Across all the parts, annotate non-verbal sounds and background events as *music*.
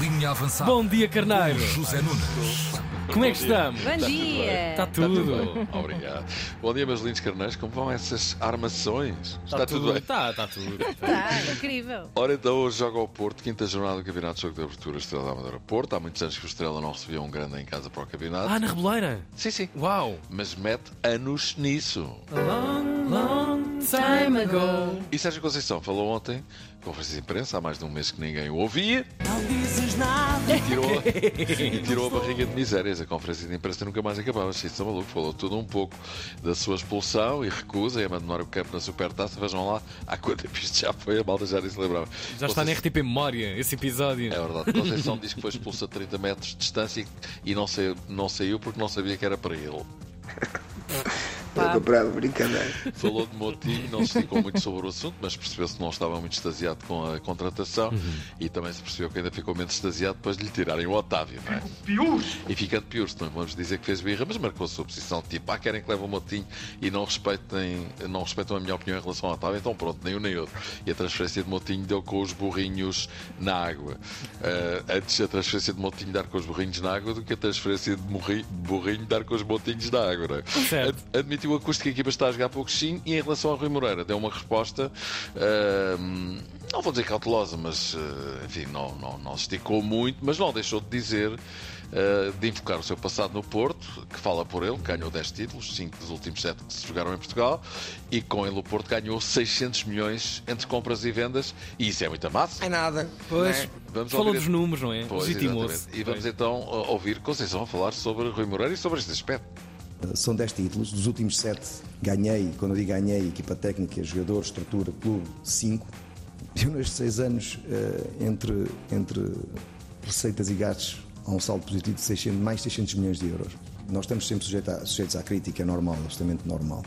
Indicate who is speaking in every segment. Speaker 1: Linha avançada.
Speaker 2: Tá. Bom dia, carneiro.
Speaker 1: José Nunes.
Speaker 2: Como é que estamos?
Speaker 3: Bom dia!
Speaker 2: Está
Speaker 4: Tá
Speaker 5: Está tudo
Speaker 2: Tá tudo.
Speaker 5: bom. *laughs* Obrigado. Bom dia, meus lindos carneiros. Como vão essas armações? Está, Tá bem?
Speaker 2: Está, está Tá tudo.
Speaker 3: Está incrível!
Speaker 5: Ora, então hoje joga ao Porto, quinta jornada do Campeonato de Jogo de Abertura Estrela da Amadora Porto. Há muitos anos que o Estrela não recebia um grande em casa para o campeonato.
Speaker 2: Ah, na reboleira.
Speaker 5: Sim, sim.
Speaker 2: Uau.
Speaker 5: Mas mete anos nisso.
Speaker 2: Long, long time ago.
Speaker 5: E Sérgio Conceição falou ontem, conferência de imprensa, há mais de um mês que ninguém o ouvia. Não dizes nada. E *laughs* tirou, e tirou a barriga de misérias. A conferência de imprensa nunca mais acabava. Chico maluco falou tudo um pouco da sua expulsão e recusa e abandonar o campo na supertaça. Vejam lá há quanto tempo isto já foi. A malta já nem se lembrava.
Speaker 2: Já está na
Speaker 5: Conceição-
Speaker 2: RTP Memória esse episódio.
Speaker 5: É verdade. Conceição diz que foi expulso a 30 metros de distância e- e não saiu, não saiu porque não sabia que era para ele.
Speaker 3: Pá.
Speaker 6: Estou bravo, brincadeira.
Speaker 5: Falou de motivo, não se ficou muito sobre o assunto, mas percebeu-se que não estava muito extasiado com a contratação e também se percebeu que ainda ficou menos extasiado depois de lhe tirarem o Otávio, não é? E ficando pior, se não vamos dizer que fez birra, mas marcou a sua posição de tipo, ah, querem que leve o motinho e não respeitem, não respeitam a minha opinião em relação ao Otávio, então pronto, nem um nem outro. E a transferência de motinho deu com os burrinhos na água. Ah, antes a transferência de motinho dar com os burrinhos na água do que a transferência de morri- burrinho dar com os motinhos na água, não é?
Speaker 2: Certo.
Speaker 5: Ad- Admitiu o custo que a equipa está a jogar pouco sim e em relação ao Rui Moreira deu uma resposta, ah, não vou dizer cautelosa, mas ah, enfim, não, não, não se esticou muito, mas não deixou de dizer, ah, de invocar o seu passado no Porto, que fala por ele, que ganhou 10 títulos, 5 dos últimos 7 que se jogaram em Portugal, e com ele o Porto ganhou 600 milhões entre compras e vendas, e isso é muita massa.
Speaker 7: É nada.
Speaker 2: Pois,
Speaker 7: Não é?
Speaker 5: Vamos
Speaker 2: falou
Speaker 5: ouvir-
Speaker 2: dos números, não é?
Speaker 5: Pois,
Speaker 2: Legitimou-se.
Speaker 5: exatamente. E vamos então ah, ouvir Conceição a falar sobre Rui Moreira e sobre este aspecto.
Speaker 8: São 10 títulos, dos últimos 7 ganhei, quando eu digo ganhei, equipa técnica, jogador, estrutura, clube, 5. Eu nestes 6 anos, eh, entre, entre receitas e gastos, há um saldo positivo de 600, mais 600 milhões de euros. Nós estamos sempre sujeito a- sujeitos à crítica, é normal, é absolutamente normal.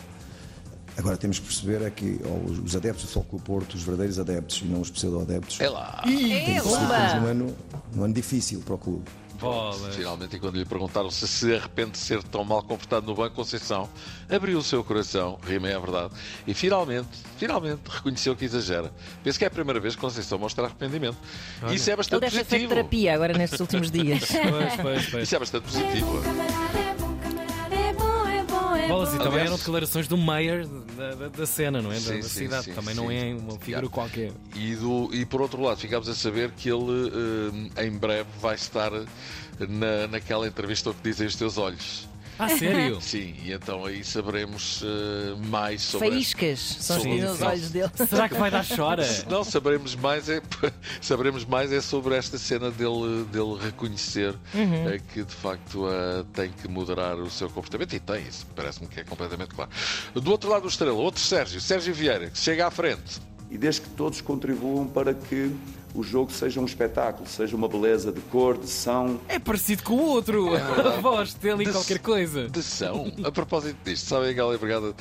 Speaker 8: Agora temos que perceber é que ó, os- os adeptos do Futebol Clube Porto, os verdadeiros adeptos e não os pseudo-adeptos,
Speaker 5: É lá!
Speaker 3: É
Speaker 8: temos um
Speaker 3: Lumba!
Speaker 8: ano, um ano difícil para o clube.
Speaker 2: Bolas.
Speaker 5: Finalmente, e quando lhe perguntaram se se arrepende de ser tão mal comportado no Banco Conceição, abriu o seu coração, rima é a verdade, e finalmente, finalmente reconheceu que exagera. Penso que é a primeira vez que Conceição mostra arrependimento. Isso é
Speaker 4: Ele
Speaker 5: bastante
Speaker 4: deve ter feito
Speaker 5: positivo.
Speaker 4: terapia agora nestes últimos dias.
Speaker 2: Pois, pois, pois.
Speaker 5: *laughs* Isso é bastante positivo.
Speaker 2: Bolas e também
Speaker 5: Aliás-
Speaker 2: eram declarações do Mayer da, da- da cena, não é? Da,
Speaker 5: Sim,
Speaker 2: da
Speaker 5: sim,
Speaker 2: cidade.
Speaker 5: sim,
Speaker 2: também
Speaker 5: sim.
Speaker 2: não é uma figura
Speaker 5: Yeah.
Speaker 2: qualquer.
Speaker 5: E, do- e por outro lado, ficámos a saber que ele eh, em breve vai estar eh, na, naquela entrevista ao que dizem os teus olhos.
Speaker 2: Ah,
Speaker 5: *laughs*
Speaker 2: sério?
Speaker 5: Sim, e então aí saberemos eh, mais sobre
Speaker 4: Faíscas são
Speaker 5: Sobre-
Speaker 4: os nos
Speaker 5: Sim.
Speaker 4: olhos dele.
Speaker 2: Será que vai dar chora?
Speaker 5: *laughs* Não, saberemos mais é, *laughs* saberemos mais é sobre esta cena dele, dele reconhecer eh, que de facto eh, tem que moderar o seu comportamento e tem isso, parece-me que é completamente claro. Do outro lado do estrela, outro Sérgio, Sérgio Vieira, que chega à frente.
Speaker 6: E desde que todos contribuam para que o jogo seja um espetáculo, seja uma beleza de cor, de som.
Speaker 2: É parecido com o outro. A voz dele e
Speaker 5: É De-
Speaker 2: qualquer coisa.
Speaker 5: De São. A propósito disto, sabem aquela empregada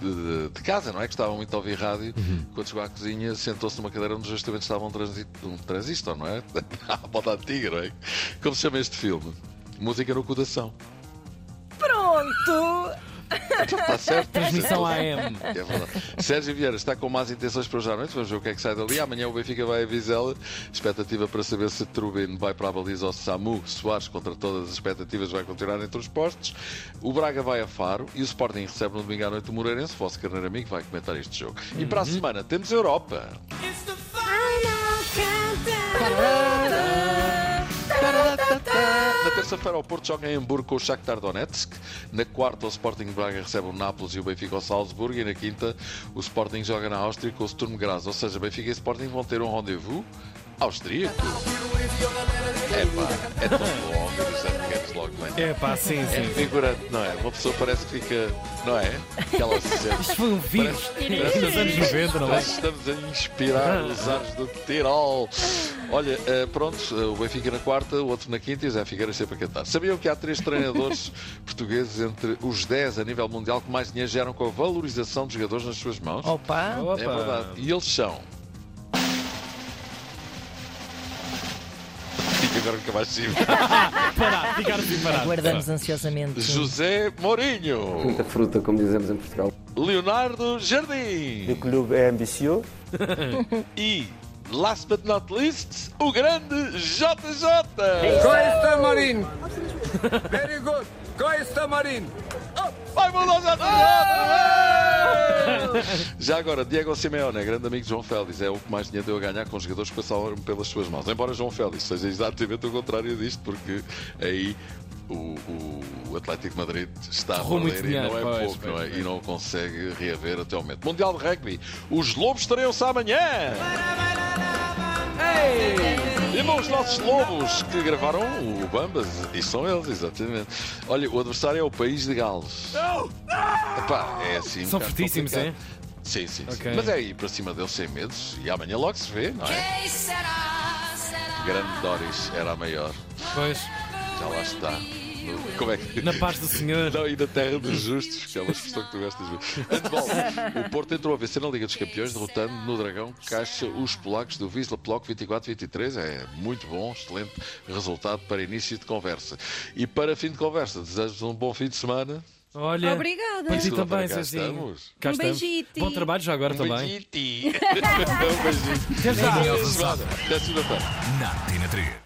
Speaker 5: de, de- de casa, não é? Que estava muito a ouvir rádio. Quando chegou à cozinha, sentou-se numa cadeira onde justamente estava um, transi um transistor, não é? *laughs* À moda antiga, não é? Como se chama este filme? Música no Codação.
Speaker 4: Pronto!
Speaker 5: Está Tá certo?
Speaker 2: Transmissão AM.
Speaker 5: É verdade. Sérgio Vieira está com más intenções para hoje à noite. Vamos ver o que é que sai dali. Amanhã o Benfica vai a Vizela. Expectativa para saber se Trubin vai para a baliza ou se Samu Soares, contra todas as expectativas, vai continuar entre os postos. O Braga vai a Faro e o Sporting recebe no domingo à noite o Moreirense. O vosso carneiro amigo vai comentar este jogo. E para a semana temos Europa. Na terça-feira, o Porto joga em Hamburgo com o Shakhtar Donetsk. Na quarta, o Sporting de Braga recebe o Nápoles e o Benfica ao Salzburgo. E na quinta, o Sporting joga na Áustria com o Sturm Graz. Ou seja, Benfica e Sporting vão ter um rendezvous austríaco. Epá, é tão bom ouvir os advogados logo de manhã.
Speaker 2: É pá, sim,
Speaker 5: É
Speaker 2: sim.
Speaker 5: figurante, não é? Uma pessoa parece que fica, não é? Aquela
Speaker 2: Isto foi um vírus
Speaker 5: Parece-
Speaker 2: dos anos 90, não é?
Speaker 5: nós estamos a inspirar os ares do Tirol. Olha, eh, pronto, eh, o Benfica na quarta, o outro na quinta e o Zé Figueiredo sempre a cantar. Sabiam que há três treinadores portugueses entre os 10 a nível mundial que mais dinheiro geram com a valorização dos jogadores nas suas mãos?
Speaker 4: Opa!
Speaker 5: É verdade. E eles são. Fica agora nunca mais cima.
Speaker 2: assim Parado, ficaram parados.
Speaker 4: Aguardamos ansiosamente.
Speaker 5: José Mourinho,
Speaker 9: Muita fruta, como dizemos em Portugal.
Speaker 5: Leonardo Jardim
Speaker 6: clube é ambicioso.
Speaker 5: *laughs* e last but not least, o grande JJ!
Speaker 7: Costa Marin. Very good. Costa Marin.
Speaker 5: Vai, mudar JJ! Já agora, Diego Simeone, grande amigo de João Félix, é o que mais dinheiro deu a ganhar com jogadores que passaram pelas suas mãos. Embora João Félix seja exatamente o contrário disto, porque aí o, o Atlético de Madrid está a
Speaker 2: Torrou muito
Speaker 5: perder e não é
Speaker 2: dinheiro, pois,
Speaker 5: pouco,
Speaker 2: pois,
Speaker 5: não é?
Speaker 2: pois.
Speaker 5: E não consegue reaver até o momento. Mundial de Rugby, os lobos estreiam-se amanhã! Irmãos os nossos lobos que gravaram o Bambas, e são eles, exatamente. Olha, o adversário é o país de Gales. Não! Epá, é assim. um
Speaker 2: São
Speaker 5: bocado
Speaker 2: fortíssimos,
Speaker 5: complicado.
Speaker 2: é?
Speaker 5: Sim, sim, sim.
Speaker 2: Ok.
Speaker 5: Mas é ir para cima deles sem medos e amanhã logo se vê, não é? Grande Doris era a maior,
Speaker 2: Pois,
Speaker 5: já lá está. No- Como é que.
Speaker 2: na paz do Senhor.
Speaker 5: Não, e da terra dos justos, que é uma expressão que tu gostas muito. Handball. O Porto entrou a vencer na Liga dos Campeões, derrotando no Dragão Caixa os polacos do Wisla Plock 24-23. É muito bom, excelente resultado para início de conversa. E para fim de conversa, desejo-vos um bom fim de semana.
Speaker 2: Olha.
Speaker 3: Obrigada.
Speaker 2: Para ti
Speaker 5: Segunda-feira
Speaker 2: também,
Speaker 5: cá
Speaker 2: Zezinho.
Speaker 5: estamos.
Speaker 2: Cá
Speaker 3: Um
Speaker 2: estamos.
Speaker 3: beijito.
Speaker 2: Bom trabalho já agora
Speaker 5: Um
Speaker 2: também.
Speaker 5: beijinho. *laughs* Um beijinho.
Speaker 2: Até já.
Speaker 5: Até segunda-feira.
Speaker 1: na Tina 3.